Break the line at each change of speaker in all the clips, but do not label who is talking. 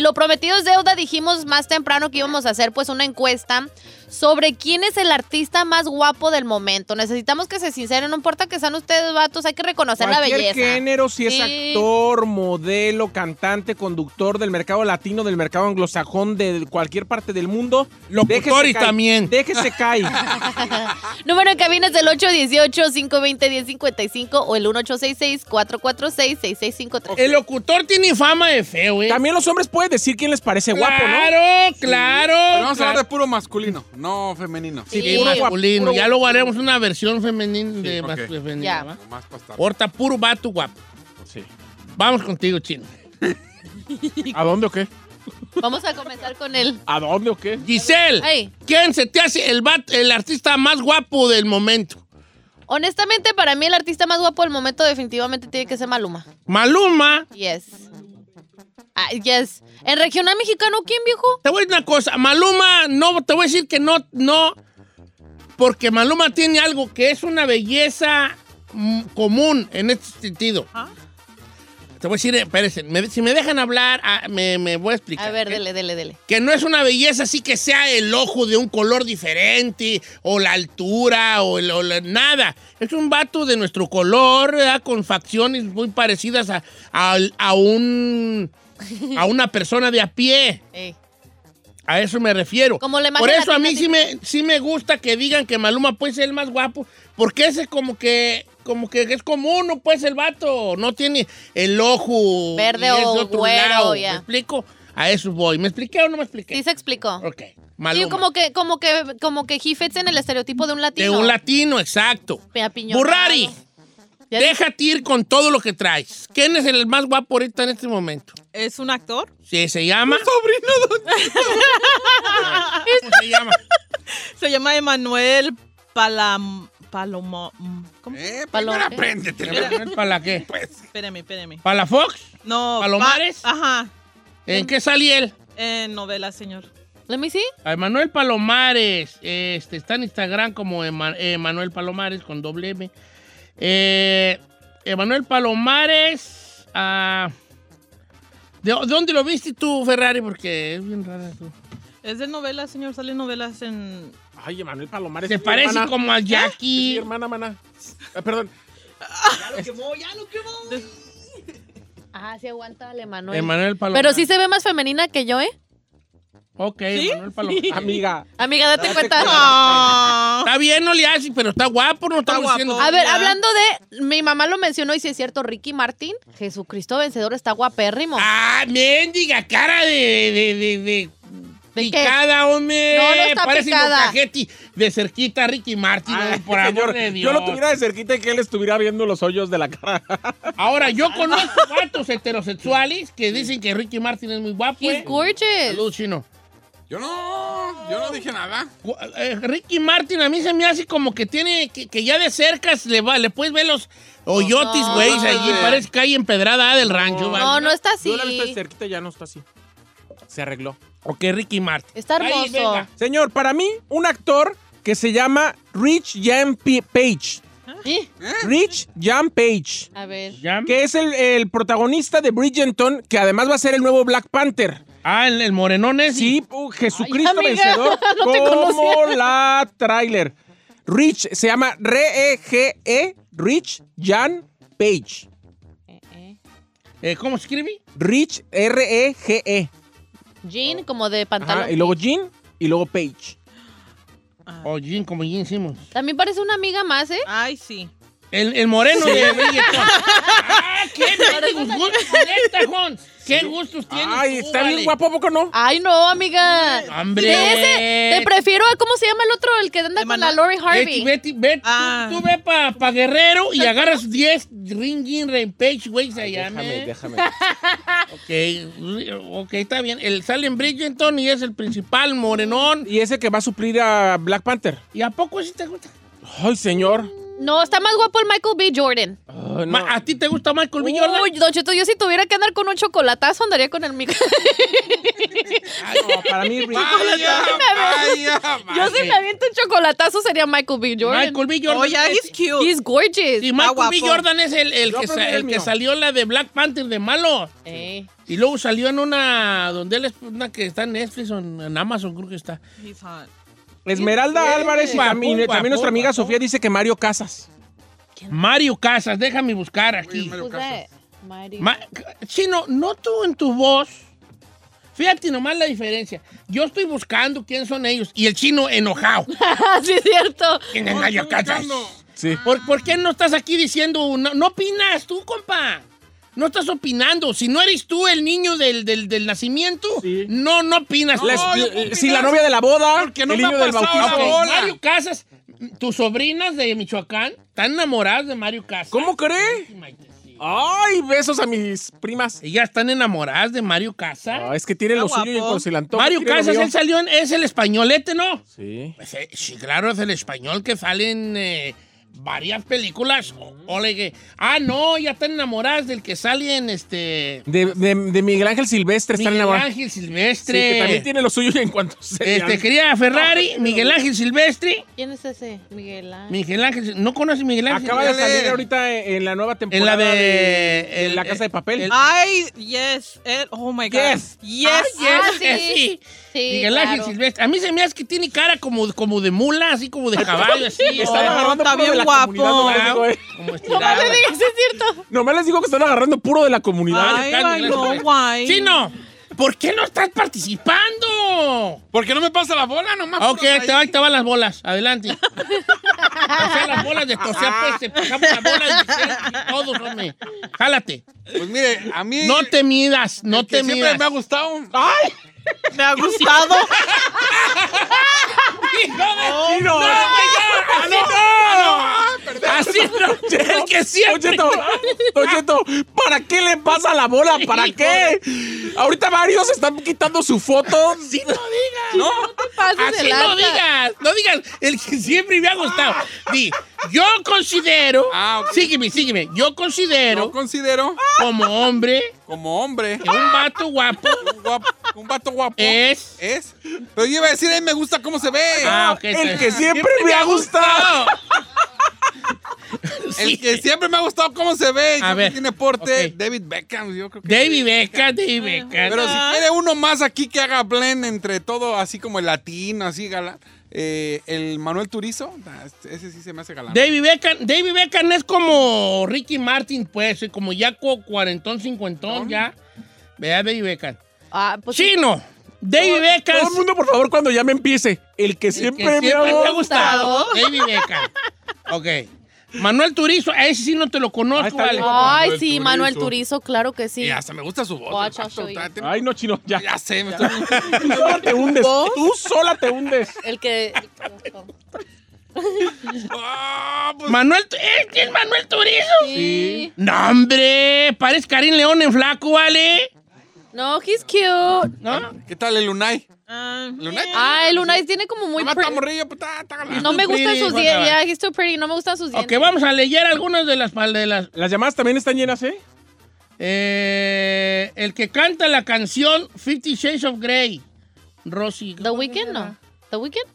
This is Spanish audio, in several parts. lo prometido es deuda, dijimos más temprano que íbamos a hacer pues una encuesta sobre quién es el artista más guapo del momento. Necesitamos que se sinceren, no importa que sean ustedes vatos, hay que reconocer la
Cualquier
belleza.
género, si es
Sí.
actor, modelo, cantante, conductor del mercado latino, del mercado anglosajón, de cualquier parte del mundo.
Locutor
déjese
y
caer,
también.
Déjese caer.
Número en cabina es el 818-520-1055 o el 1866-446-6653.
El locutor tiene fama de feo, ¿eh?
también los hombres pueden decir quién les parece guapo, ¿no?
Claro, claro.
Pero vamos a
claro.
hablar de puro masculino, no femenino.
Sí,
Sí,
puro guap-
masculino.
puro
ya
guapo.
luego haremos una versión femenina de
ok.
mas- femenina,
Ya.
¿va?
Nomás pa' estar.
Horta, puro vato guapo.
Sí.
Vamos contigo, chino.
¿A dónde o qué?
Vamos a comenzar con él.
¿A dónde o qué?
Giselle,
Ay.
¿quién se te hace el, vat- el artista más guapo del momento?
Honestamente, para mí el artista más guapo del momento definitivamente tiene que ser Maluma.
Maluma.
Yes. Ah, yes. En Regional Mexicano, ¿quién, viejo?
Te voy a decir una cosa. Maluma, no, te voy a decir que no, no. Porque Maluma tiene algo que es una belleza mm, común en este sentido. Te voy a decir, eh, espérense, me- si me dejan hablar, ah, me, me voy a explicar.
A ver,
¿ok?
dele, dele, dele.
que no es una belleza así que sea el ojo de un color diferente o la altura o, el- o la- nada. Es un vato de nuestro color, ¿verdad? con facciones muy parecidas a, a- a un, a una persona de a pie.
Ey.
A eso me refiero.
Como la imagen
Por eso a mí
latina
sí
tiene-
me, sí me gusta que digan que Maluma puede ser el más guapo, porque ese como que como que es común, no pues el vato no tiene el ojo
Verde
y es de
o
otro
güero,
lado.
ya.
¿Me explico? A eso voy. ¿Me expliqué o no me expliqué?
Sí se explicó.
Ok.
Sí,
Maluma.
como que, como que, como que he fits en el estereotipo de un
De
latino.
un latino, exacto.
Apiñonado.
Burrari,
Ya-
déjate ir con todo lo que traes. ¿Quién es el más guapo ahorita en este momento?
¿Es un actor?
Sí, se llama. ¿Cómo se llama?
Se llama Emanuel Palam... Palomo... mm,
Mm.
¿Cómo?
Eh,
Paloma.
primero apréndete.
¿Para la qué?
Pues,
Espérame, espérame.
¿Para la Fox?
No. pa-
¿Palomares?
ajá.
Mm.
¿En qué salía él?
En novela, señor.
Let me see.
A Emanuel Palomares. Este, está en Instagram como Ema- Emanuel Palomares con doble M. Eh, Emanuel Palomares. ah, ¿de, de dónde lo viste tú, Ferrari? Porque es bien rara tú.
Es de novela, señor. Sale en novelas en...
Ay, Emanuel Palomares.
Se
es mi
parece
hermana.
como a
¿Eh?
Es mi
Jackie.
hermana, mana. Ah, perdón.
Ah, sí aguanta el Emanuel.
Emanuel Palomares.
Pero sí se ve más femenina que yo, ¿eh?
Ok, Emanuel Palomares.
Amiga.
Amiga, date, cuenta.
Ah.
Está bien, no le haces, pero está guapo, no
Está
estamos
guapo.
diciendo.
A ver,
Ya.
hablando de, mi mamá lo mencionó y si es cierto, Ricky Martín, Jesucristo vencedor está guapérrimo.
Ah, mendiga cara de. de, de, de-
¿De qué?
picada, hombre.
No, no está
Parece
picada.
molcajete de cerquita Ricky Martin, eh,
Ay,
por amor
señor,
de
yo
Dios.
lo tuviera de cerquita y que él estuviera viendo los hoyos de la cara.
Ahora, yo conozco vatos heterosexuales que dicen que Ricky Martin es muy guapo.
He's
eh.
gorgeous.
Salud, chino.
yo no, yo no dije nada.
Gu- eh, Ricky Martin a mí se me hace como que tiene, que, que ya de cerca se le va, le puedes ver los hoyotis,
No.
güey, allí parece que hay empedrada del rancho. ¿vale?
No, no está así.
Yo la he visto de
este-
cerquita y ya no está así. Se arregló.
Ok, Ricky Martin.
Está
Ahí,
hermoso.
venga.
Señor, para mí, un actor que se llama Rich Jan P- Page.
¿Eh?
Rich Jan Page.
A ver.
¿Ya?
Que es el, el protagonista de Bridgerton, que además va a ser el nuevo Black Panther.
Ah, el, el morenón es.
Sí, uh, Jesucristo
Ay, amiga,
vencedor.
no te
como
conocía.
la trailer. Rich, se llama R-E-G-E, Rich Jan Page.
Eh, ¿Cómo se escribe?
Rich, R-E-G-E.
Jean como de pantalón.
Ajá, y luego Jean y luego Page.
O Jim, Oh, como Jim Simmons.
También parece una amiga más, ¿eh?
Ay, sí.
El, el moreno de Bridgerton. ¡Ah, qué mendigos gustos neta, Jon! ¡Qué gustos tienes
Ay,
tú,
está
vale!
bien guapo, ¿a poco no?
Ay, no, amiga.
¡Hombre!
De ese, te prefiero a, ¿cómo se llama el otro? El que anda con la
Emanuel.
Lori
Vete,
Harvey.
vete, vete.
Ah.
Tú, tú ve para pa Guerrero y agarras 10 Ring Jim Rampage, güey, se llama.
Déjame,
¿eh?
déjame.
Ok, ok, está bien. El sale en Bridgerton y es el principal morenón.
Y ese que va a suplir a Black Panther.
¿Y a poco sí te gusta?
Ay, señor.
No, está más guapo el Michael B. Jordan.
Ma- ¿A ti te gusta Michael B. Jordan?
Uy, Don Cheto, yo si tuviera que andar con un chocolatazo, andaría con el micro.
Ay, no, para mí, Rick.
Vaya, vaya,
yo si me aviento un chocolatazo sería Michael B. Jordan.
Michael B. Jordan.
Oh, yeah,
es-
he's cute.
He's gorgeous.
y Michael B.
guapo.
Jordan es el, el
Yo
que, sa-
prefiero el
el que
mío.
salió en la de Black Panther de malo.
Eh.
Y luego salió en una donde él es una que está en Netflix o en en Amazon, creo que está.
He's hot.
Esmeralda Álvarez y
Guapo,
también,
guapo,
también nuestra amiga
guapo.
Sofía dice que Mario Casas.
Mario Casas, déjame buscar
Uy,
aquí.
Mario
Who's
Casas.
that? Mighty.
Ma- Chino, noto en tu voz. Fíjate nomás la diferencia. Yo estoy buscando quién son ellos. Y el chino enojado.
sí, es cierto.
¿Quién es Mario
estoy
Casas?
buscando.
Sí.
¿Por, por qué no estás aquí diciendo, no, no opinas tú, compa? No estás opinando. Si no eres tú el niño del, del- del nacimiento,
Sí.
no, no opinas.
La,
No, yo-
si la novia de la boda,
Porque no
el
me ha
niño del
pasado la
bautizo.
Ok,
boda. Hola.
Mario Casas, tus sobrinas de Michoacán están enamoradas de Mario Casas.
¿Cómo cree?
Maite, sí.
Ay, besos a mis primas.
Ellas están enamoradas de Mario Casas.
Ah, es que tiene
Está
lo suyo y
guapo.
con si la antoja,
Mario
tiene lo
Casas,
mío.
él salió en- Es el españolete, ¿no?
Sí.
Pues, eh, sí, claro, es el español que sale en eh, varias películas. O- ole, que- ah, no, ya están enamoradas del que sale en este...
De, de, de Miguel Ángel Silvestre está
Miguel
enamorado.
Ángel
Sí,
Silvestre.
que también tiene lo suyo y en cuanto se.
Este, quería a Ferrari, Miguel Ángel Silvestre.
¿Quién es ese? Miguel Ángel.
Miguel Ángel, ¿no conoces a Miguel Ángel?
Acaba de
Silvestre?
salir ahorita en, en la nueva
En la
temporada.
de...
de
el-
La Casa de Papel.
el-
Ay, yes. eh, oh my God.
Yes.
Yes.
Ah,
Ah,
yes,
sí.
eh, sí.
Sí,
Miguel Ángel
claro.
Silvestre. A mí se me hace que tiene cara como, como de mula, así como de caballo, así.
Están
Oh,
agarrando
está
puro de
bien
la
guapo.
comunidad, nomás les digo, eh.
No
como este.
más
estirada.
le digas, es cierto.
Nomás les digo que están agarrando puro de la comunidad.
Ay,
Está
ay,
Miguel
no,
Ángel.
guay.
¡Chino! ¿Por qué no estás participando?
¿Por qué no me pasa la bola nomás?
Ah, Ok,
puros
ahí te, va, ahí te van las bolas. Adelante. Pasé las bolas de tosear, pues, te pasamos las bolas de Vicente, todos, hombre. Jálate.
Pues mire, a mí...
No te midas, no
el que
te
siempre
midas.
me ha gustado.
Me ha gustado.
¡Hijo de...
Chino.
¡No, güey, ya! ¡No,
Ah, perdón.
Así no. El que
Don
siempre...
Cheto, Don Cheto, ¿para qué le pasa la bola? ¿Para qué? Ahorita varios están quitando su foto.
Así no digas.
No,
Pases el
Así no
alta.
digas. No digas el que siempre me ha gustado. Di, yo considero...
Ah, ok.
Sígueme, sígueme. Yo
No
considero,
considero
como hombre,
como hombre
que un vato guapo
un, guapo, un vato guapo.
es...
Es. Pero yo iba a decir, a mí me gusta cómo se ve.
Ah, ok.
el
está
que
bien.
siempre me ha gustado.
el que siempre me ha gustado cómo se ve.
A
A
ver,
tiene porte.
ok.
David Beckham, yo creo que.
David Beckham, David Beckham.
Pero si quiere uno más aquí que haga blend entre todo, así como el latino, así galán. eh, el Manuel Turizo, nah, este, ese sí se me hace galán.
David Beckham, David Beckham es como Ricky Martin, pues, y como ya cu- cuarentón, cincuentón, ya. Vea, David Beckham.
Ah, pues sí.
Chino, David Beckham.
Todo el mundo, por favor, cuando ya me empiece. El que
el que
siempre, me, ha
te ha
gustado.
gustado. David Beckham. Ok. Manuel Turizo, a ese sí no te lo
Ah,
conozco,
está
vale.
bien.
Ay, sí,
Manuel Turizo.
Manuel Turizo, claro que Oh, sí.
Y hasta me gusta su voz.
Watch,
el
I'll show you.
vato, está-
Ay, no, chino, ya.
Ah, Ya sé, me estoy...
Tú sola te hundes. Tú sola te hundes.
El que.
Ah, pues,
Manuel, Tu- ¿eh? ¿Quién es Manuel Turizo?
Sí.
No, hombre, parece Karim León en flaco, ¿vale?
No, he's cute.
¿No?
¿Qué tal el Lunay?
Ah,
Lunay.
Ah, el Lunais tiene como muy.
No mata
pretty-
morrillo, pues, está- está galán.
No me gustan
pretty,
sus
guacala.
dientes. Yeah, he's too pretty. No me gustan sus
Ok,
dientes.
vamos a leer algunas de las, de las
Las llamadas también están llenas, ¿eh?
Eh, el que canta la canción Fifty Shades of Grey. Rosy.
The Weeknd, no. The Weeknd.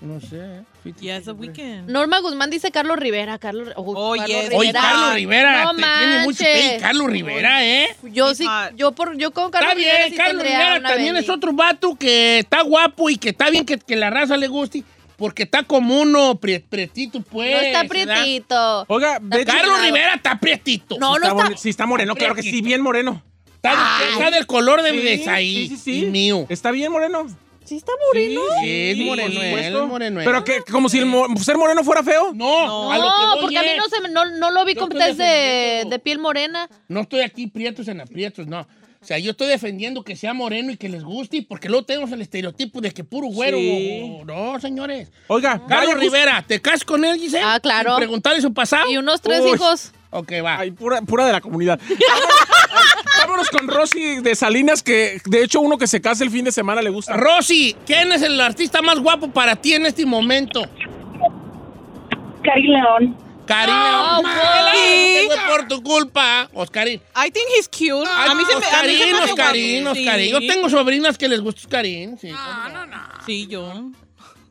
No sé. Fifty
yes,
Shades
the
of Grey.
weekend.
Norma Guzmán dice Carlos Rivera. Carlos, oh,
Oh,
Carlos
yes.
Oye,
Rivera.
Carlos Rivera.
No
te tiene mucho
manches.
pay, Carlos Rivera, ¿eh?
Yo sí,
Hot.
yo por yo con Carlos
Está bien,
sí
Carlos
tendría
Rivera
una
también
baby.
es otro vato que está guapo y que está bien que, que la raza le guste. Porque está como uno pri- prietito, pues.
No está
¿verdad?
prietito.
Oiga, de hecho,
Carlos Rivera está prietito.
No,
sí
no
está
está.
boni- Sí, está moreno, claro que sí, bien moreno.
Está, está del color de, de
sí,
Saí
sí, sí.
y mío.
Está bien moreno.
Sí está moreno.
Sí, es
por
moreno, él,
supuesto.
es moreno, ¿eh? él.
Pero que como si el mo- ser moreno fuera feo.
No,
No,
a lo que
No,
voy
porque a mí
es-
no se me- no, no lo vi
Yo
con
estoy
test de,
defendiendo.
de piel morena.
No estoy aquí prietos en aprietos, no. O sea, yo estoy defendiendo que sea moreno y que les guste, porque luego tenemos el estereotipo de que puro güero.
Sí.
o- o- no, señores.
Oiga,
Carlos
vaya justo-
Rivera, ¿te casas con él, Giselle?
Ah, claro.
Sin Preguntarle su pasado.
Y unos tres
Uy.
hijos.
Ok, va.
Ay, pura, pura de la comunidad. Vámonos- Vámonos con Rosy de Salinas, que de hecho uno que se casa el fin de semana le gusta.
Rosy, ¿quién es el artista más guapo para ti en este momento?
Cari León.
Karina.
No,
Mala,
güey.
güey, ¿Por por tu culpa, Oscarín.
I think he's cute. a mí se me a mí se
Oscarín,
me hace
Oscarín,
guapo.
Oscarín. Yo
Sí. Ah.
tengo sobrinas que les gusta Oscarín. Sí,
No, no, no.
Sí, yo.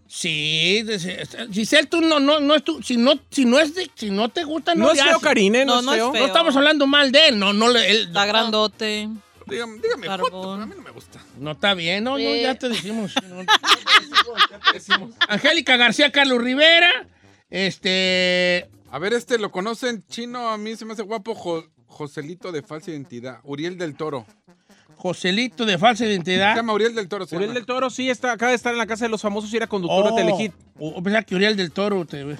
sí de- de- Giselle, tú no, no, no es tú. Si no, si no es de- si no te gusta, no,
No es
le
feo,
haces.
Karine, no,
No,
es
no es
feo.
feo.
No estamos hablando mal de él. No, no, le- él-
Está grandote.
Dígame, dígame,
Barbón.
joto, pero a mí no me gusta.
no está bien. No, no,
Sí.
ya te decimos. No, ya te decimos. Angélica García, Carlos Rivera. Este.
A ver, este lo conocen chino, a mí se me hace guapo Jo- Joselito de falsa identidad. Uriel del Toro.
Joselito de falsa identidad.
Se llama Uriel del Toro. se
Uriel
llama.
del Toro sí está, acaba de estar en la casa de los famosos y era conductor
Oh.
de Telehit.
O, o pensaba que Uriel del Toro. te-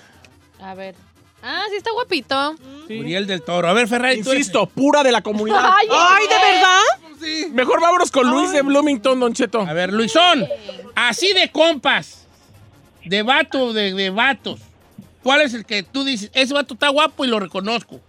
A ver. Ah, sí está guapito.
Uriel del Toro. A ver, Ferrari, tú eres-
Insisto, pura de la comunidad.
Ay, ¿de verdad?
Sí.
Mejor vámonos con Luis de Bloomington, Don Cheto.
A ver, Luisón, así de compas, de vato, de, de vatos. ¿Cuál es el que tú dices, ese vato está guapo y lo reconozco?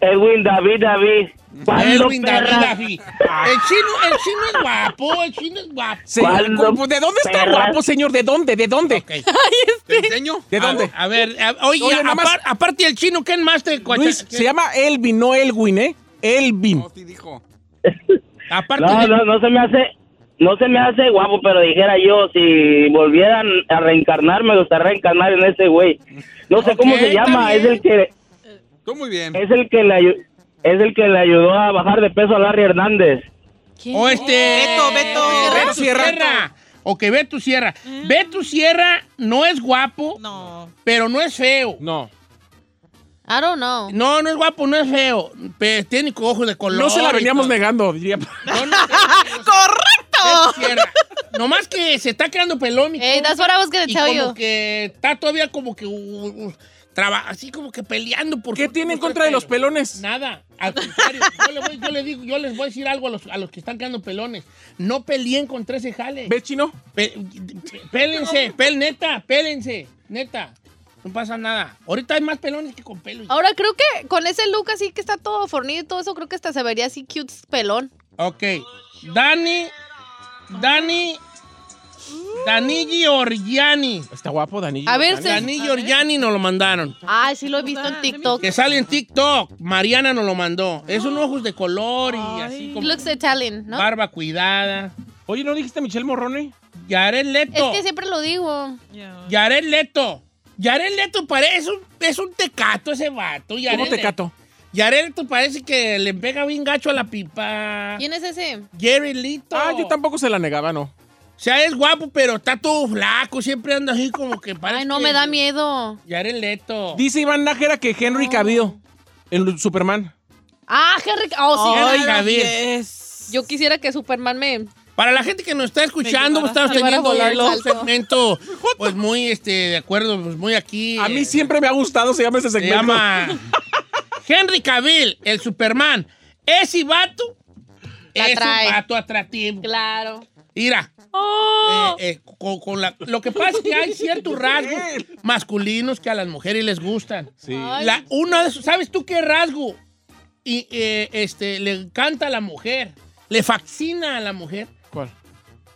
Edwin David David. ¿Cuándo,
Edwin David
perra?
David. El chino, el chino es guapo, el chino es guapo.
Señor,
¿Cuándo,
¿cómo- ¿De dónde está
perras?
guapo, señor? ¿De dónde? ¿De dónde? este.
Ok.
¿Te enseño?
¿De
A-
dónde?
A ver, a- oye,
Oye, nada más-
apar- aparte del chino, ¿quién más te cuacha-
Luis,
qué-
se llama Elvin, no Elwin, ¿eh? Elvin.
No, Oh, sí dijo.
Aparte
No,
de-
no, no se me hace, no se me hace guapo, pero dijera yo, si volvieran a reencarnar, me gustaría reencarnar en ese güey. No sé
Ok,
cómo se
está
llama, es
bien.
el que,
Tú muy bien.
es el que le ayu- es el que le ayudó a bajar de peso a Larry Hernández.
¿Quién?
O este.
Beto, Beto.
Beto
Beto Sierra. Mm.
Sierra. Ok, Beto Sierra. Beto Sierra no es guapo,
No.
pero no es feo.
No.
I don't know.
No, no es guapo, no es feo. Pe- tiene ojos de color.
No se la veníamos
y todo.
negando, diría.
No, no, Beto
¡Correcto!
Sierra. Nomás que se está quedando pelón. mi
Hey,
Eh,
compa,
that's what I was gonna
y
tell
como
you.
que está todavía como que... uh, uh, traba- así como que peleando. Por
¿Qué
por-
tiene en
por
contra de
pelo.
los pelones?
Nada, al contrario, yo, le voy- yo le digo, yo les voy a decir algo a los, a los que están quedando pelones. No peleen contra ese jale.
¿Ves, chino?
Pe- pélense, pel, neta, pélense, neta. No pasa nada. Ahorita hay más pelones que con pelos.
Ahora creo que con ese look así que está todo fornido y todo eso, creo que hasta se vería así cute pelón.
Ok. Dani. Dani. Danigi Orgiani.
Está guapo, Danilo.
A ver, se-
Danigi Orgiani nos lo mandaron.
Ay, Ah, sí lo he visto en TikTok.
Que sale en TikTok. Mariana nos lo mandó. Es
Ah.
un ojos de color y así
He
como
looks Italian, ¿no?
barba cuidada.
Oye, ¿no dijiste Michelle Morrone?
Yaret Leto.
Es que siempre lo digo.
Yeah.
Yaret Leto. Yaret Leto parece es un, es un tecato ese vato. Yaret
¿Cómo te
Le-
cato?
Yaret Leto parece que le pega bien gacho a la pipa.
¿Quién es ese?
Jerry Leto.
Ah, yo tampoco se la negaba, no.
O sea, es guapo, pero está todo flaco. Siempre anda así como que parece.
Ay, no
que-
me da miedo.
Jared Leto.
Dice Iván Nájera que Henry Cavill en Superman.
Ah, Henry. Oh, sí.
Ay,
Ay,
David.
yes.
Yo quisiera que Superman me.
Para la gente que nos está escuchando,
Me
pues, estamos
me van a
teniendo
volar
un
los
segmento, pues muy, este, de acuerdo, pues muy aquí.
A mí
eh,
siempre me ha gustado, se llama ese
Se
segmento.
llama Henry Cavill, el Superman. Ese vato
La
es
trae.
un vato atractivo.
Claro.
Mira, eh, eh, con, con la- lo que pasa es que hay ciertos rasgos masculinos que a las mujeres les gustan.
Sí.
Ay.
eh, La, uno de esos, ¿sabes tú qué rasgo? Y eh, este, le encanta a la mujer. Le fascina a la mujer.
¿Cuál?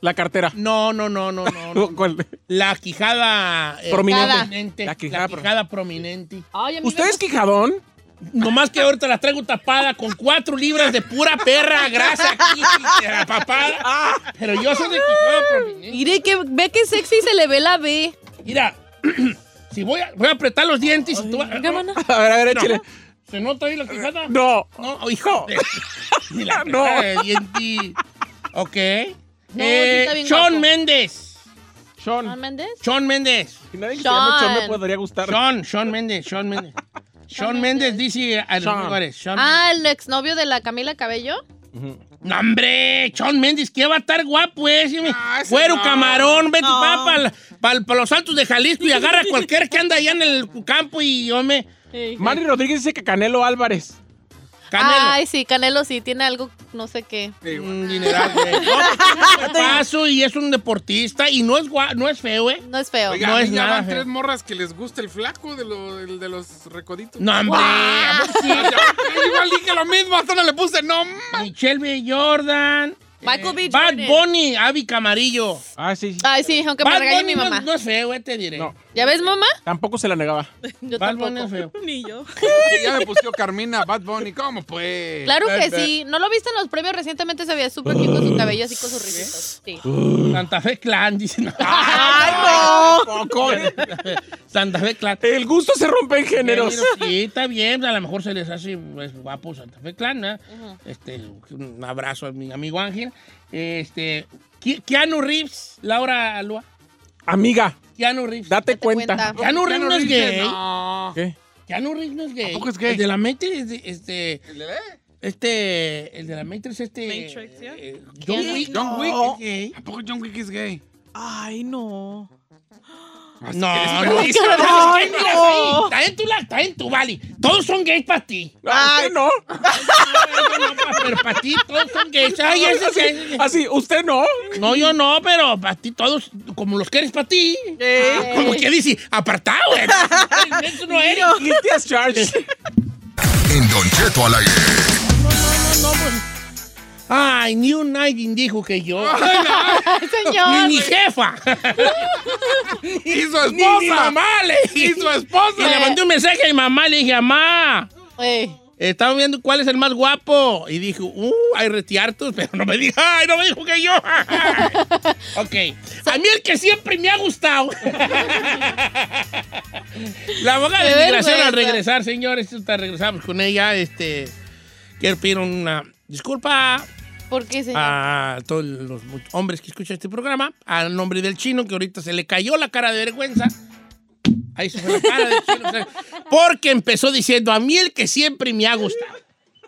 La cartera.
No, no, no, no, no. no.
¿Cuál?
La quijada eh,
Prominente.
La
La
quijada,
quijada
prominente.
Ay, a mí me
¿Usted es
gusta-
quijadón?
Nomás que ahorita la traigo tapada con cuatro libras de pura perra grasa aquí, de la papada.
Ah.
Pero yo soy de quijada prominente.
Mire que ve que sexy se le ve la B.
Mira, si voy a, voy a apretar los dientes y tú vas-
A ver, a ver,
No.
échale.
¿Se nota ahí la quijada?
No.
No, oh, hijo. Ni la
No.
cara de diente. Ok.
No, sí
Eh,
está bien
Sean
guapo.
Méndez.
Sean.
Méndez?
Sean Méndez.
Si nadie que se llama
Sean.
Sean me podría gustar.
Sean, Sean Méndez, Sean Méndez. Sean Méndez dice a los
Sean.
lugares. Sean.
Ah, el exnovio de la Camila Cabello.
No, hombre, Sean Méndez, que va a estar guapo ese. mi-
Ah,
Güero camarón, vete
No.
para los altos de Jalisco y agarra a cualquiera que anda allá en el campo y hombre.
Mari Rodríguez dice que Canelo Álvarez.
Canelo.
Ay, sí, Canelo sí, tiene algo, no sé qué.
Eh,
Un dineral, güey. No, pues, tiene un paso y es un deportista y no es gua- no es feo, ¿eh?
No es feo.
Oiga,
No
a mí
es
ya
nada,
van
feo.
tres morras que les gusta el flaco de, lo- del- de los recoditos.
No, hombre. ¿a poco sí?
Ya, "Ah, Igual dije lo mismo, hasta no le puse nombre.
Michelle B. Jordan.
Michael B.
Bad
Jordan.
Bunny, Avi Camarillo.
Ah, sí. sí.
Ay, sí, aunque me
Bad
regañe
Bunny
mi
no-
mamá.
No, es feo, eh, te diré.
No.
¿Ya ves, mamá?
Tampoco se la negaba.
Yo
Bad Bunny es
tampoco.
feo.
Ni yo.
ya me puso Carmina, Bad Bunny. ¿Cómo pues?
Claro que sí. ¿No lo viste en los premios? Recientemente se veía súper cute con su cabello así con sus risitos. Sí.
Santa Fe Clan, dicen.
Ah.
¡Ay, no!
Tampoco. ¿eh?
Santa Fe Clan.
El gusto se rompe en géneros.
Sí, está bien, a lo mejor se les hace pues, guapo Santa Fe Clan, ¿eh? Este, un abrazo a mi amigo Ángel. Este, Ki- Keanu Reeves, Laura Alua.
Amiga,
Keanu Reeves.
date
Date
cuenta.
cuenta.
Keanu Reeves no es gay.
No.
¿Qué?
Keanu Reeves no es gay.
¿A poco es gay?
El de la mente es de- este,
¿El bebé?
este, el de la Matrix este.
Matrix, ¿ya?
eh, John
Keanu-
Wick.
John Wick
No.
es ¿A poco John Wick es gay? Ah,
¡Ay, no!
No, no,
dice.
¡Ay, no!
Está en tu, la- está en tu vali. Todos son gays para ti.
No, usted no.
No, no, pa- pero para ti todos son gays. Ay, ese es
Así, así, usted no.
No, yo no, pero para ti todos, como los quieres para ti. Ah, Como que dice, apartado, güey. Eso no eres. No,
Guilty as charged.
En Don Cheto al aire.
no, pues. Ay, ni un nadie dijo que yo. Ni mi
Señor.
jefa.
¡Y su
Ni mi
esposa!
mamá le
¡Y su esposa!
Y le mandé un mensaje a mi mamá, le dije, mamá,
Ey.
estamos viendo cuál es el más guapo. Y dijo, uh, hay retiartos, pero no me dijo, ay, no me dijo que yo. ok. A mí el que siempre me ha gustado. La abogada
Qué
de inmigración al
vergüenza.
regresar, señores, ahorita regresamos con ella, este, quiero pedir una disculpa
¿Por qué, señor?
a todos los mu- hombres que escuchan este programa, al nombre del chino, que ahorita se le cayó la cara de vergüenza. Ahí se fue la cara del chino. o sea, Porque empezó diciendo, a mí el que siempre me ha gustado.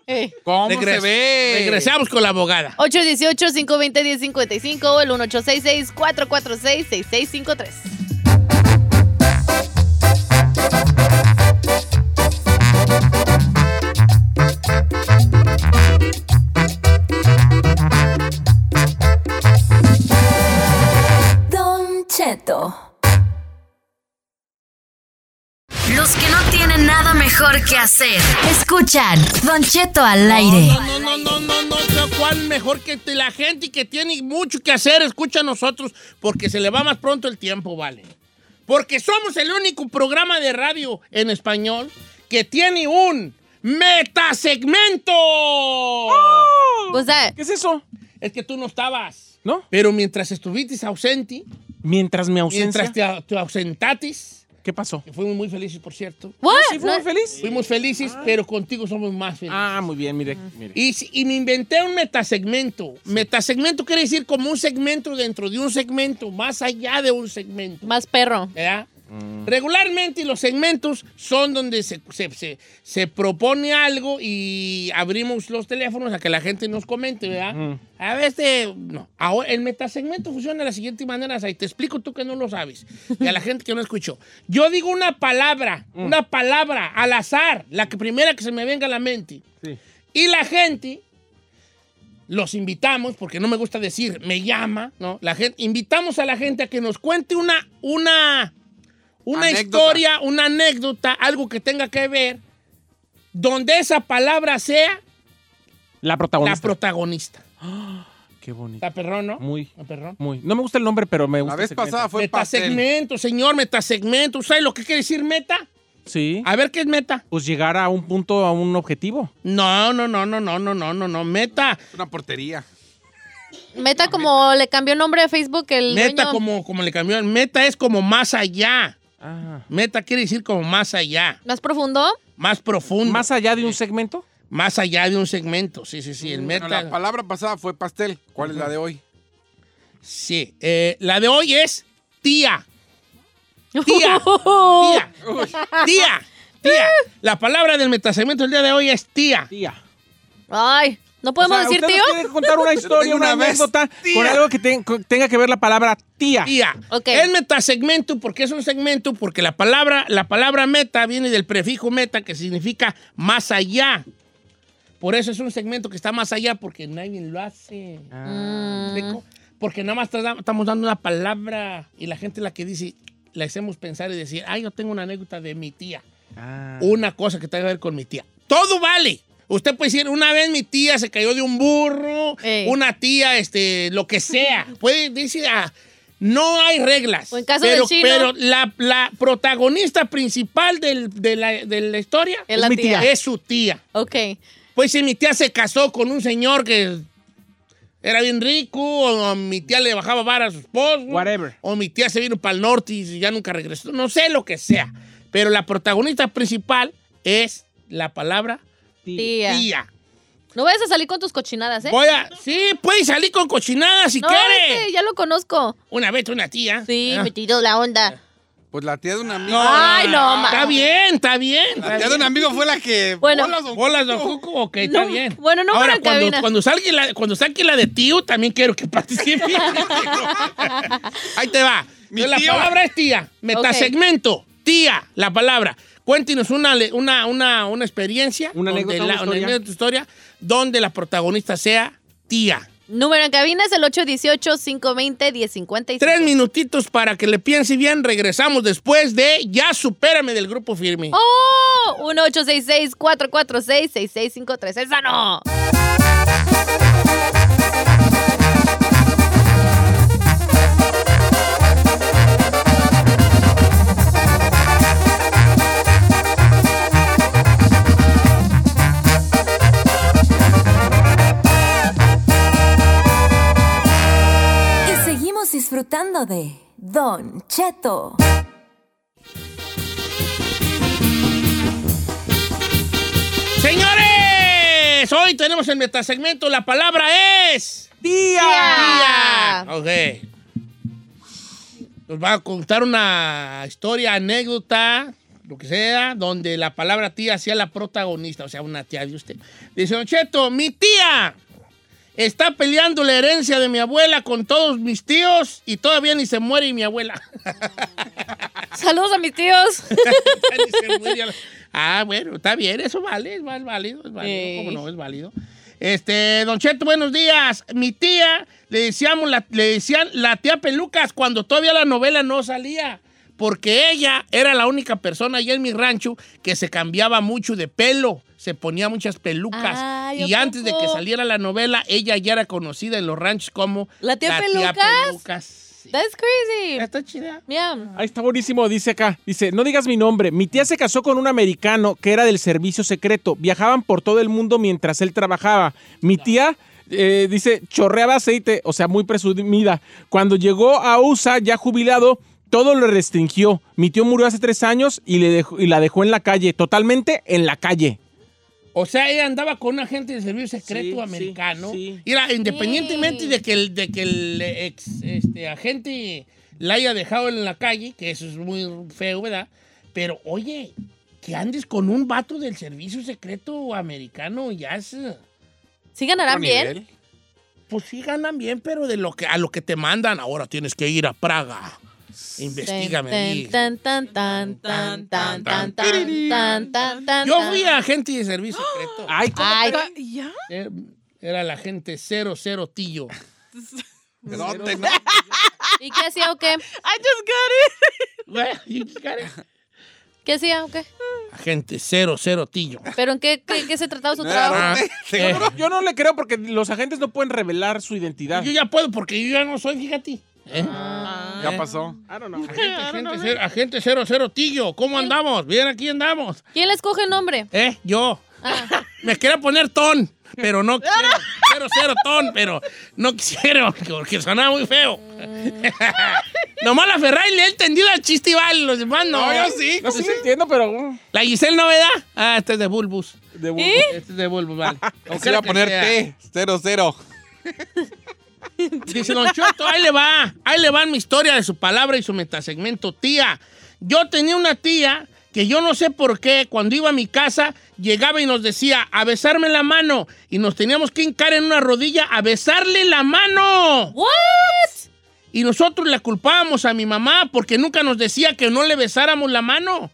Ey.
¿Cómo
Regres-
se ve?
Regresamos con la abogada.
818-520-1055 o el 1866-446-6653.
Don Cheto. Los que no tienen nada mejor que hacer, escuchan Don Cheto al aire.
No, no, no, no, no, no, no, cuál mejor que te- la gente que tiene mucho que hacer, escucha a nosotros, porque se le va más pronto el tiempo, vale. Porque somos el único programa de radio en español que tiene un metasegmento.
O sea,
¿Qué es eso?
Es que tú no estabas.
¿No?
Pero mientras estuviste ausente,
Mientras mi ausencia.
mientras te, a- te ausentatis,
¿Qué pasó?
que fuimos muy felices, por cierto.
¿what?
¿Sí fue muy
Ah, No-
feliz?
Fuimos felices, pero contigo somos más felices.
Ah, muy bien, mire, mire.
Y, si- y me inventé un metasegmento. Metasegmento quiere decir como un segmento dentro de un segmento, más allá de un segmento.
Más perro.
¿verdad? Regularmente los segmentos son donde se, se- se- se propone algo y abrimos los teléfonos a que la gente nos comente, ¿verdad? A veces, no. Ahora, el metasegmento funciona de la siguiente manera, y te explico tú que no lo sabes, y a la gente que no escuchó. Yo digo una palabra, una palabra al azar, la que primera que se me venga a la mente.
Sí.
Y la gente, los invitamos, porque no me gusta decir, me llama, ¿no? La gente, invitamos a la gente a que nos cuente una, una, una
Anécdota.
historia, una anécdota, algo que tenga que ver, donde esa palabra sea
La
la
protagonista.
protagonista.
Qué bonito.
Está perrón, ¿no?
Muy,
Está perrón.
muy. No me gusta el nombre, pero me gusta.
La
el
vez
segmento.
pasada fue pastel.
Metasegmento, señor, metasegmento. ¿Sabes lo que quiere decir meta?
Sí.
A ver qué es meta.
Pues llegar a un punto, a un objetivo.
No, no, no, no, no, no, no, no, no. Meta.
Una portería.
Meta como le cambió el nombre a Facebook el
Meta,
dueño.
como, como le cambió. Meta es como más allá.
Ah.
Meta quiere decir como más allá,
¿Más profundo?
más profundo,
Más
más,
allá de un segmento.
allá de un segmento. Sí, sí, sí, el meta.
Mm, Bueno, la palabra pasada fue pastel. ¿Cuál es la de hoy?
Sí, eh, la de hoy es tía. Tía. Tía.
Oh,
Tía. Tía. La palabra del metasegmento del día de hoy es tía.
Tía.
Ay, ¿no podemos
O sea,
decir
usted
tío?
nos tiene que contar una historia,
tengo
una,
una vez,
anécdota
tía.
con algo que te- con- tenga que ver la palabra tía.
Tía.
Ok.
El metasegmento, porque es un segmento, porque la palabra, la palabra meta viene del prefijo meta, que significa más allá. Por eso es un segmento que está más allá, porque nadie lo hace.
Mm,
¿Explico?
Ah.
Porque nada más tra- estamos dando una palabra y la gente la que dice, la hacemos pensar y decir, ay, yo tengo una anécdota de mi tía.
Ah.
Una cosa que tenga que ver con mi tía. Todo vale. Usted puede decir, una vez mi tía se cayó de un burro,
Ey.
una tía, este, lo que sea. Puede decir, ah, No hay reglas.
O en caso
pero,
del chino.
pero la, la protagonista principal del- de, la, de la historia
Es la
mi tía.
es su tía.
Ok.
Pues si mi tía se casó con un señor que era bien rico, o, o mi tía le bajaba vara a su esposo,
Whatever.
o mi tía se vino para el norte y ya nunca regresó, no sé lo que sea. Pero la protagonista principal es la palabra
Tía.
tía.
No vayas a salir con tus cochinadas, ¿eh?
Voy a, sí, puedes salir con cochinadas si
no,
quieres.
este, ya lo conozco.
Una vez una tía.
Sí,
Ah.
me tiró la onda.
Pues la tía de un amigo.
No,
Ay, no, ma.
Está bien, está bien.
La
Está
tía de un
bien.
amigo fue la que.
Bueno.
Bolas, don
Bolas, don
Cuco.
Cuco, ok, está
No,
bien.
bueno, no,
Ahora,
para
cuando,
cabina.
cuando, salga la, cuando saque la de tío, también quiero que participe. Ahí te va.
Mi
Entonces,
tío.
La palabra es tía. Metasegmento. Tía, la palabra. Cuéntenos una, le- una, una, una experiencia.
Una
donde
anécdota, una
la- una
historia.
anécdota, historia donde la protagonista sea tía.
Número en cabina es el 818-520-1055.
Tres minutitos para que le piense bien. Regresamos después de Ya supérame del grupo firme.
¡Oh! 1-866-446-6653. ¡Esa no!
Y seguimos disfrutando de Don Cheto.
Señores, hoy tenemos en metasegmento la palabra es.
Tía.
Ok. Nos va a contar una historia, anécdota, lo que sea, donde la palabra tía sea la protagonista, o sea, una tía de usted. Dice, Don Cheto, mi tía está peleando la herencia de mi abuela con todos mis tíos y todavía ni se muere mi abuela.
Saludos a mis tíos.
Ni se muere. ah, bueno, está bien, eso vale, es val- válido, es válido,
Sí.
cómo no, es válido. Este, Don Cheto, buenos días. Mi tía, le decíamos, la- le decían la tía Pelucas cuando todavía la novela no salía. Porque ella era la única persona allá en mi rancho que se cambiaba mucho de pelo, se ponía muchas pelucas.
Ay,
y
¿a
antes de
poco?
que saliera la novela, ella ya era conocida en los ranchos como
¿La tía Pelucas?
Pelucas. Sí.
That's crazy.
Está chida.
Mira.
Ahí está buenísimo, dice acá. Dice, no digas mi nombre. Mi tía se casó con un americano que era del servicio secreto. Viajaban por todo el mundo mientras él trabajaba. Mi tía, eh, dice, chorreaba aceite, o sea, muy presumida. Cuando llegó a USA, ya jubilado, todo lo restringió. Mi tío murió hace tres años y, le dejó- y la dejó en la calle, totalmente en la calle.
O sea, ella andaba con un agente de servicio secreto
Sí,
americano.
sí, sí.
Mira, independientemente
Sí.
de que el, de que el ex este, agente la haya dejado en la calle, que eso es muy feo, ¿verdad? Pero, oye, que andes con un vato del servicio secreto americano, ya es.
¿Sí ganarán
Otro
bien?
nivel.
Pues sí ganan bien, pero de lo que, a lo que te mandan, ahora tienes que ir a Praga. Investígame. ahí.
Tan, tan, tan, tan, tan, tan, tan, tan, tan, tan,
Yo
tan.
fui agente de servicio secreto.
Ay, ¿cómo?
Ay,
¿Ya?
Eh, Era el agente 00 Tillo.
Pedote, ¿no?
¿y qué hacía o qué?
I just got it.
¿Qué hacía o qué?
Agente 00 Tillo.
¿Pero en qué, qué, qué se trataba su
No
trabajo?
era
Ah,
rote.
eh,
Yo no- yo no le creo porque los agentes no pueden revelar su identidad.
Yo ya puedo porque yo ya no soy, fíjate. ¿Eh?
Ah.
Ya pasó.
I don't know.
Agente, cero- agente 00 Tillo, ¿cómo andamos? Bien, aquí andamos.
¿Quién le escoge el nombre?
¿Eh? Yo.
Ah,
Me quería poner Ton, pero no quiero. Quiero ser Ton, pero no quisiera porque sonaba muy feo. Nomás la Ferrari le ha entendido al chiste y vale, los demás no. ¿eh?
No, yo sí.
No sí, sí entiendo, pero... uh,
La Giselle no, ¿verdad? Ah, este es de Bulbus.
de-
Este es de Bulbus, vale.
Así iba a poner T, cero, cero.
Dice Don Choto, ahí le va, ahí le va mi historia de su palabra y su metasegmento. Tía, yo tenía una tía que yo no sé por qué, cuando iba a mi casa, llegaba y nos decía, a besarme la mano, y nos teníamos que hincar en una rodilla a besarle la mano.
¿What?
Y nosotros la culpábamos a mi mamá porque nunca nos decía que no le besáramos la mano.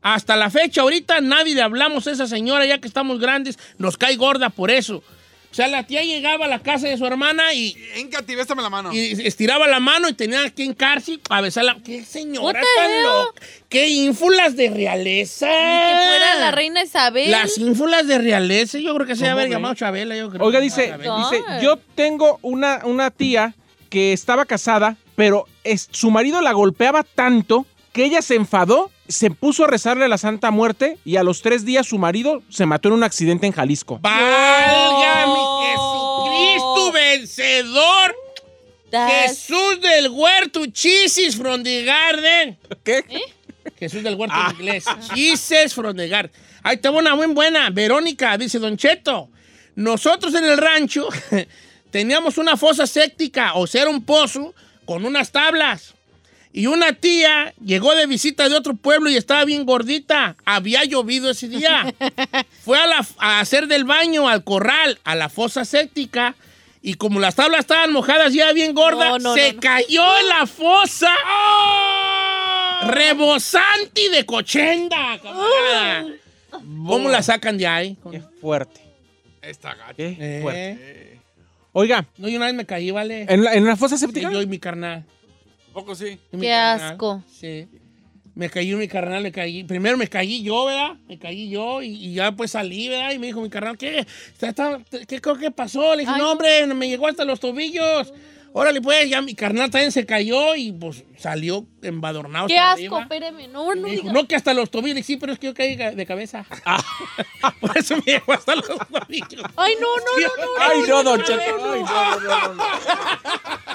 Hasta la fecha, ahorita nadie le hablamos a esa señora, ya que estamos grandes, nos cae gorda por eso. O sea, la tía llegaba a la casa de su hermana y,
Encati, bésame la mano.
y estiraba la mano y tenía que hincarse para besarla. ¡Qué señora
What the
tan
hell?
loca! ¡Qué ínfulas de realeza!
Que fuera la reina Isabel.
Las ínfulas de realeza, yo creo que se debe
¿Cómo
haber
ve?
llamado Chabela. Yo creo
Oiga,
que
dice,
Chabela.
No.
dice, yo tengo una, una tía que estaba casada pero es- su marido la golpeaba tanto que ella se enfadó, se puso a rezarle a la Santa Muerte y a los tres días su marido se mató en un accidente en Jalisco.
¡Válgame Jesucristo vencedor! Jesús del huerto, chisis from the garden.
¿Qué?
Jesús del huerto en inglés. Jesus from the garden. Ahí tengo una muy buena. Verónica dice, Don Cheto, nosotros en el rancho teníamos una fosa séptica, o sea, era un pozo con unas tablas. Y una tía llegó de visita de otro pueblo y estaba bien gordita. Había llovido ese día. Fue a, la- a hacer del baño al corral, a la fosa séptica. Y como las tablas estaban mojadas ya bien gorda,
No, no,
se
no, no.
cayó en la fosa.
¡Oh!
Rebosante y de cochenda, camarada. ¿Cómo la sacan de ahí?
Qué fuerte.
Esta gacha.
Qué
Eh,
fuerte. Oiga,
No, yo una vez me caí, ¿vale?
¿en la, en la fosa
Sí,
séptica?
yo y mi carnal.
Poco sí.
Y mi
Qué
carnal,
asco.
Sí. Me caí mi carnal, me caí. Primero me caí yo, ¿verdad? Me caí yo y, y ya pues salí, ¿verdad? Y me dijo mi carnal, ¿qué? Está- está- ¿Qué creo que pasó? Le dije,
Ay.
no, hombre, me llegó hasta los tobillos. Órale, pues, ya mi carnal también se cayó y pues salió embadornado.
Qué
hasta
asco,
arriba.
espéreme. No, no
Me dijo,
diga.
no, que hasta los tobillos. Le dije, sí, pero es que yo caí ca- de cabeza. Por eso me llegó hasta los tobillos.
Ay, no, no, no, no, no.
Ay, no, Don Cheto. Ay, no, no, no, no.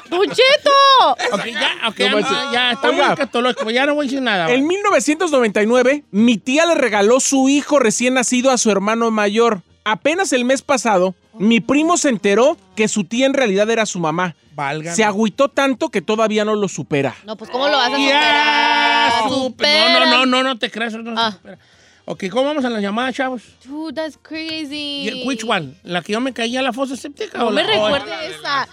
¡Don Cheto!
Ok, ya, ok,
No
ya,
manches.
no, ya, está
Oiga.
muy catológico. Ya no voy a decir nada.
En
¿vale?
1999, mi tía le regaló su hijo recién nacido a su hermano mayor. Apenas el mes pasado, mi primo se enteró que su tía en realidad era su mamá.
Válgame.
Se agüitó tanto que todavía no lo supera.
No, pues, ¿cómo lo vas a
Ya,
superar?
supe-
Supera.
ah, No, no, no, no, no te creas. eso No se
Ah.
supera. Ok, ¿cómo vamos a la llamada, chavos?
Dude, that's crazy.
¿Which one? ¿La que yo me caí a la fosa séptica?
No
o la-
me recuerde esa.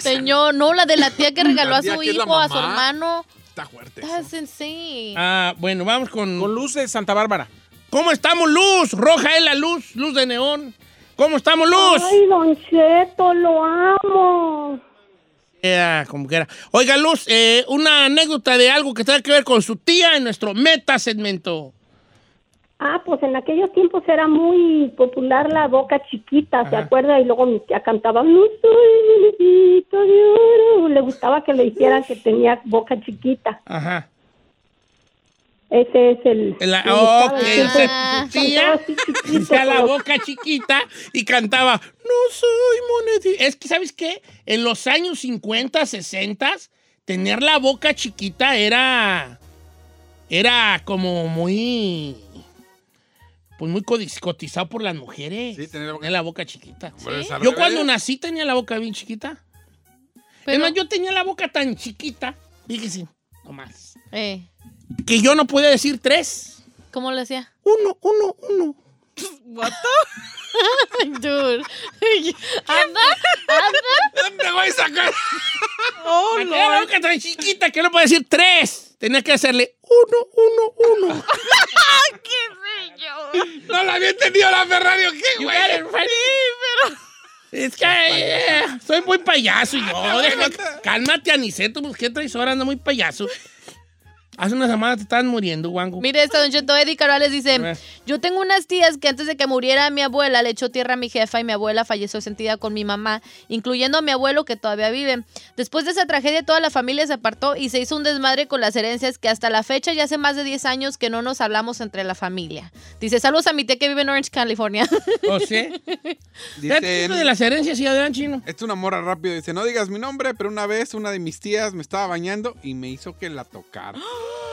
Señor, no, la de la tía que regaló
La
a
tía
su
que es la
hijo, a su
mamá.
hermano.
Está fuerte.
That's insane.
Ah, bueno, vamos con...
Con luz de Santa Bárbara.
¿Cómo estamos, Luz? Roja es la luz, luz de neón. ¿Cómo estamos, Luz?
Ay, Don Cheto, lo amo.
Era como que era. Oiga, Luz, eh, una anécdota de algo que tenga que ver con su tía en nuestro meta segmento.
Ah, pues en aquellos tiempos era muy popular la boca chiquita, ¿se acuerda? Y luego mi tía cantaba, no soy muñequito de oro. Le gustaba que le dijeran que tenía boca chiquita.
Ajá.
Ese es el...
La,
me
oh,
gustaba,
que
siempre
se-
Ah.
tía
cantaba así chiquito,
hacía la
pero-
boca chiquita y cantaba, no soy monedita. Es que, ¿sabes qué? En los años 50, 60, tener la boca chiquita era, era como muy, pues muy codic- cotizado por las mujeres.
Sí, tener la boca-
la boca chiquita.
Bueno, es al
Yo
revés.
cuando nací tenía la boca bien chiquita.
Pero-
Además, yo tenía la boca tan chiquita, fíjese, nomás,
Eh,
que yo no podía decir tres.
¿Cómo lo hacía?
Uno, uno, uno.
Dude. Anda, anda.
¿Dónde voy a sacar?
Oh,
Me quedaba la boca tan chiquita que no puede decir tres. Tenía que hacerle uno, uno, uno.
No la había entendido la Ferrari. ¿Qué,
You
güey?
got it, right? Es que eh, soy muy payaso yo. Déjame- cálmate, Aniceto, pues qué traidor, anda muy payaso. Hace una semana te estaban muriendo, Wango.
Mire esto, Don Cheto. Eddie Carvales
ver.
dice: Yo tengo unas tías que antes de que muriera mi abuela le echó tierra a mi jefa y mi abuela falleció sentida con mi mamá, incluyendo a mi abuelo que todavía vive. Después de esa tragedia, toda la familia se apartó y se hizo un desmadre con las herencias que hasta la fecha ya hace más de 10 años que no nos hablamos entre la familia. Dice: Saludos a mi tía que vive en Orange, California.
O sea,
Dice,
este de las herencias y adelante, chino.
Esta es una morra rápido. Dice, no digas mi nombre, pero una vez una de mis tías me estaba bañando y me hizo que la tocara.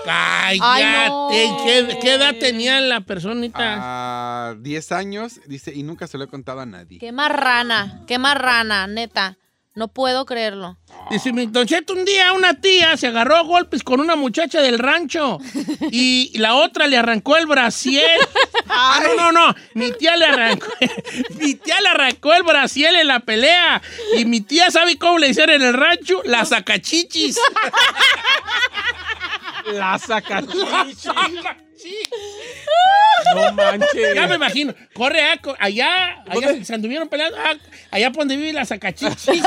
Cállate.
Ay, no.
¿Qué, qué edad tenía la personita?
A 10 años, dice, y nunca se lo he contado a nadie.
qué marrana, qué marrana, neta. No puedo creerlo.
Dice, mi Don Cheto, un día una tía se agarró a golpes con una muchacha del rancho y la otra le arrancó el brasier. Ah, no, no, no. Mi tía le arrancó, mi tía le arrancó el brasier en la pelea y mi tía sabe cómo le hicieron en el rancho, la sacachichis.
La saca.
Sacachichis.
No manches.
ya me imagino. Corre ah, co- allá, allá se- se anduvieron peleando, ah, allá por donde vive la sacachichis.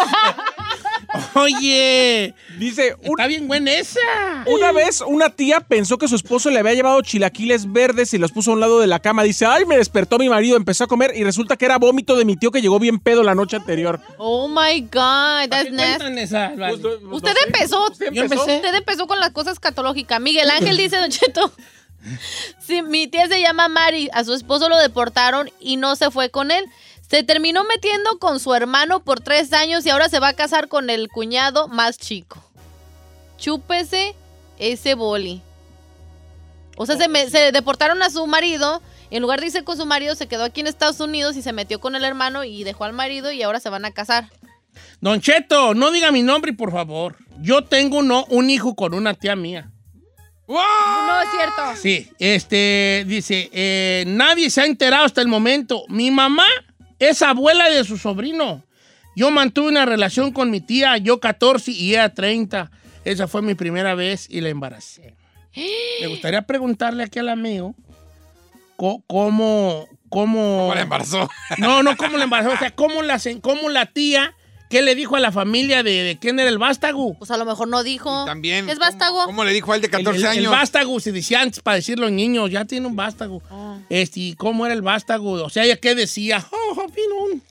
Oye.
Dice.
Está bien buena esa.
Una vez una tía pensó que su esposo le había llevado chilaquiles verdes y los puso a un lado de la cama. Dice, ay, me despertó mi marido, empezó a comer y resulta que era vómito de mi tío que llegó bien pedo la noche anterior.
Oh my God, that's nasty. Usted empezó,
Yo empecé.
usted empezó con las cosas catológicas. Miguel Ángel dice, Don Cheto. Sí, mi tía se llama Mari, a su esposo lo deportaron y no se fue con él. Se terminó metiendo con su hermano por tres años y ahora se va a casar con el cuñado más chico. Chúpese ese boli. O sea, se, me- se deportaron a su marido. En lugar de irse con su marido, se quedó aquí en Estados Unidos y se metió con el hermano y dejó al marido y ahora se van a casar.
Don Cheto, no diga mi nombre, por favor. Yo tengo uno- un hijo con una tía mía.
No es cierto.
Sí, este, dice, eh, nadie se ha enterado hasta el momento. Mi mamá es abuela de su sobrino. Yo mantuve una relación con mi tía, yo 14 y ella 30. Esa fue mi primera vez y la embaracé. Me gustaría preguntarle aquí al amigo co- cómo... ¿Cómo,
la embarazó?
No, no, cómo la embarazó. O sea, cómo la, se- cómo la tía, qué le dijo a la familia de, de quién era el vástago.
Pues a lo mejor no dijo.
También.
¿Qué es vástago?
¿Cómo le dijo a él de 14
el, el-
años?
El vástago se decía antes para decir los niños, ya tiene un vástago.
Oh.
Este, ¿y ¿cómo era el vástago? O sea, ¿ya qué decía? Oh, oh, vino un-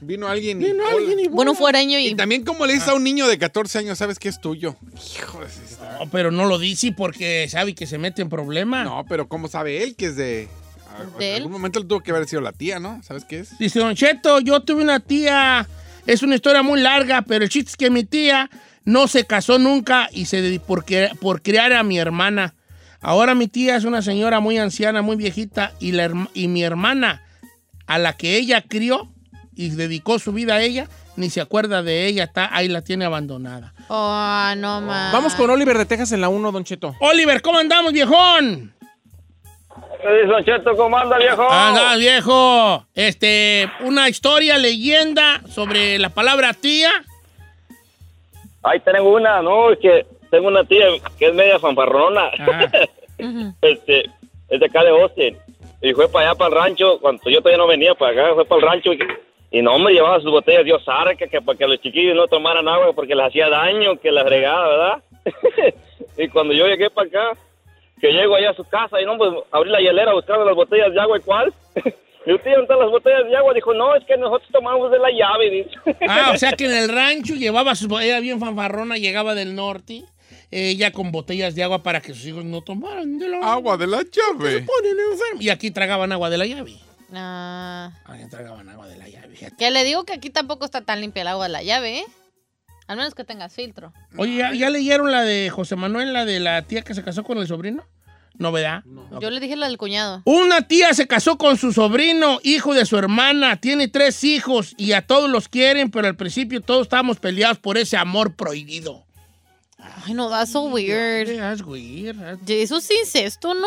Vino alguien y-
vino alguien y Ah.
Bueno,
bueno.
fuereño
Y
y...
también cómo le dices a un niño de 14 años, ¿sabes que es tuyo? Hijo de...
No, Oh, pero no lo dice porque sabe que se mete en problemas.
No, pero ¿cómo sabe él que es de... a-
Ah. ¿De
en
él?
algún momento le tuvo que haber sido la tía, ¿no? ¿Sabes qué es?
Dice Don Cheto, yo tuve una tía, es una historia muy larga, pero el chiste es que mi tía no se casó nunca y se dedicó por, cre- por criar a mi hermana. Ahora mi tía es una señora muy anciana, muy viejita, y, la herma- y mi hermana, a la que ella crió y dedicó su vida a ella, ni se acuerda de ella, está, ahí la tiene abandonada.
Oh, no más.
Vamos con Oliver de Texas en la 1, Don Cheto.
Oliver, ¿cómo andamos, viejón?
Eh, Don Cheto, ¿cómo anda, viejo?
Anda, viejo. Este, una historia, leyenda sobre la palabra tía.
Ahí tengo una, ¿no? Es que tengo una tía que es media fanfarrona.
Ajá.
este, es de acá de Austin. Y fue para allá, para el rancho, cuando yo todavía no venía para acá, fue para el rancho. Y, y no, me llevaba sus botellas de Ozarka, que para que los chiquillos no tomaran agua porque les hacía daño, que la fregada, ¿verdad? y cuando yo llegué para acá, que llego allá a su casa y no, pues abrí la hielera buscando las botellas de agua y cuál. Y usted, ¿dónde están las botellas de agua? Dijo, no, es que nosotros tomamos de la llave, dice.
Ah, o sea que en el rancho llevaba sus botellas bien fanfarrona, llegaba del norte, ella con botellas de agua para que sus hijos no tomaran de la
Agua de la llave.
Ponen enfermo. Y aquí tragaban agua de la llave.
Ah.
Aquí tragaban agua de la llave. fíjate.
Que le digo que aquí tampoco está tan limpia el agua de la llave, ¿eh? Al menos que tengas filtro.
Oye, ¿ya, ya leyeron la de José Manuel, la de la tía que se casó con el sobrino? Novedad. Ok.
Yo le dije la del cuñado.
Una tía se casó con su sobrino, hijo de su hermana, tiene tres hijos y a todos los quieren, pero al principio todos estábamos peleados por ese amor prohibido.
Ay, no, that's so weird.
That's weird, that's-
Eso es incesto, ¿no?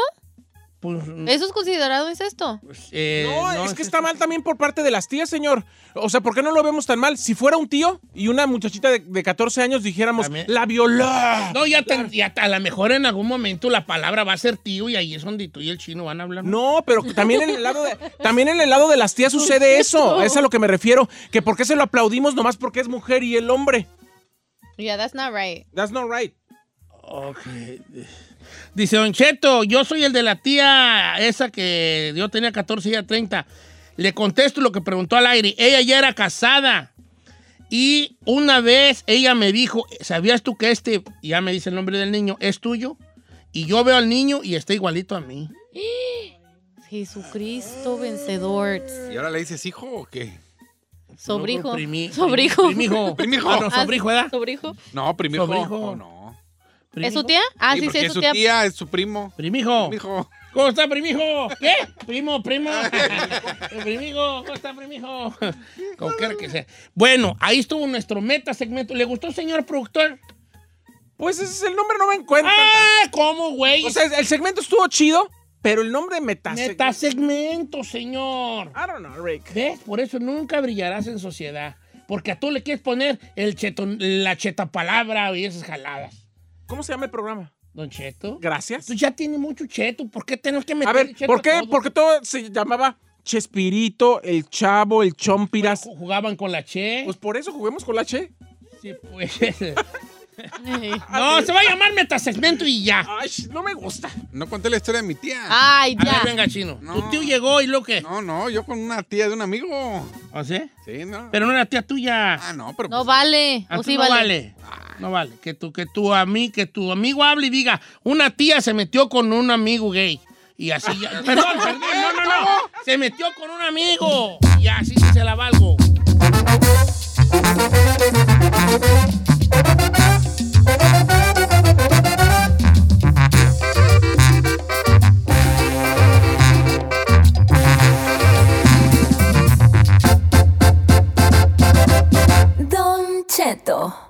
pues,
Eso es considerado incesto.
eh,
Eh, No, es que
es-
está mal también por parte de las tías, señor. O sea, ¿por qué no lo vemos tan mal? Si fuera un tío y una muchachita de, de 14 años dijéramos,
También-
la violó.
No, ya, te- ya te- a lo mejor en algún momento la palabra va a ser tío y ahí es donde tú y el chino van a hablar.
No, pero también en el lado de, también en el lado de las tías sucede eso. Es a lo que me refiero. Que por qué se lo aplaudimos nomás porque es mujer y el hombre.
Yeah, that's not right.
That's not right.
Ok. Dice Don Cheto, yo soy el de la tía esa que yo tenía 14 y ella 30. Le contesto lo que preguntó al aire. Ella ya era casada. Y una vez ella me dijo, ¿sabías tú que este, y ya me dice el nombre del niño, es tuyo? Y yo veo al niño y está igualito a mí.
Jesucristo vencedor.
¿Y ahora le dices hijo o qué?
Sobrijo.
Primi-
Sobrijo.
Primijo.
Primijo.
Ah, no, sobrijo, ¿verdad?
Ah, Sobrijo.
No, primijo.
Sobrijo.
Oh, no.
¿Es
Primijo.
su tía? Ah, sí, sí,
porque
es su tía.
es su primo.
Primijo.
Primijo.
¿Cómo está, primijo? ¿Qué? Primo, primo. primijo, ¿cómo está, primijo? Como quiera que sea. Bueno, ahí estuvo nuestro meta segmento. ¿Le gustó, señor productor?
Pues ese es el nombre, no me encuentro.
¡Ah! ¿Cómo, güey?
O sea, el segmento estuvo chido, pero el nombre meta.
meta segmento, señor.
I don't know, Rick.
¿Ves? Por eso nunca brillarás en sociedad. Porque a tú le quieres poner el cheton- la cheta palabra y esas jaladas.
¿Cómo se llama el programa?
Don Cheto.
Gracias.
Tú ya tiene mucho cheto. ¿Por qué tenemos que meter
A ver, ¿por qué? Porque todo se llamaba Chespirito, el Chavo, el Chompiras.
jugaban con la che.
Pues por eso juguemos con la Che.
Sí, pues. no, se va a llamar metasegmento y ya.
Ah,
Ay, no me gusta. No conté la historia de mi tía.
Ay,
A
ya.
ver, venga, chino.
No.
Tu tío llegó y lo que.
No, no, yo con una tía de un amigo.
¿O sí?
Sí, no.
Pero no era tía tuya.
Ah, no, pero.
No
pues,
vale.
A
O
tú
sí
no vale.
vale.
No vale. Que tu, que tu a mí, que tu amigo hable y diga, una tía se metió con un amigo gay. Y así ya. Perdón, perdón, no, no, no. Se metió con un amigo. Y así sí se la valgo.
Don Cheto.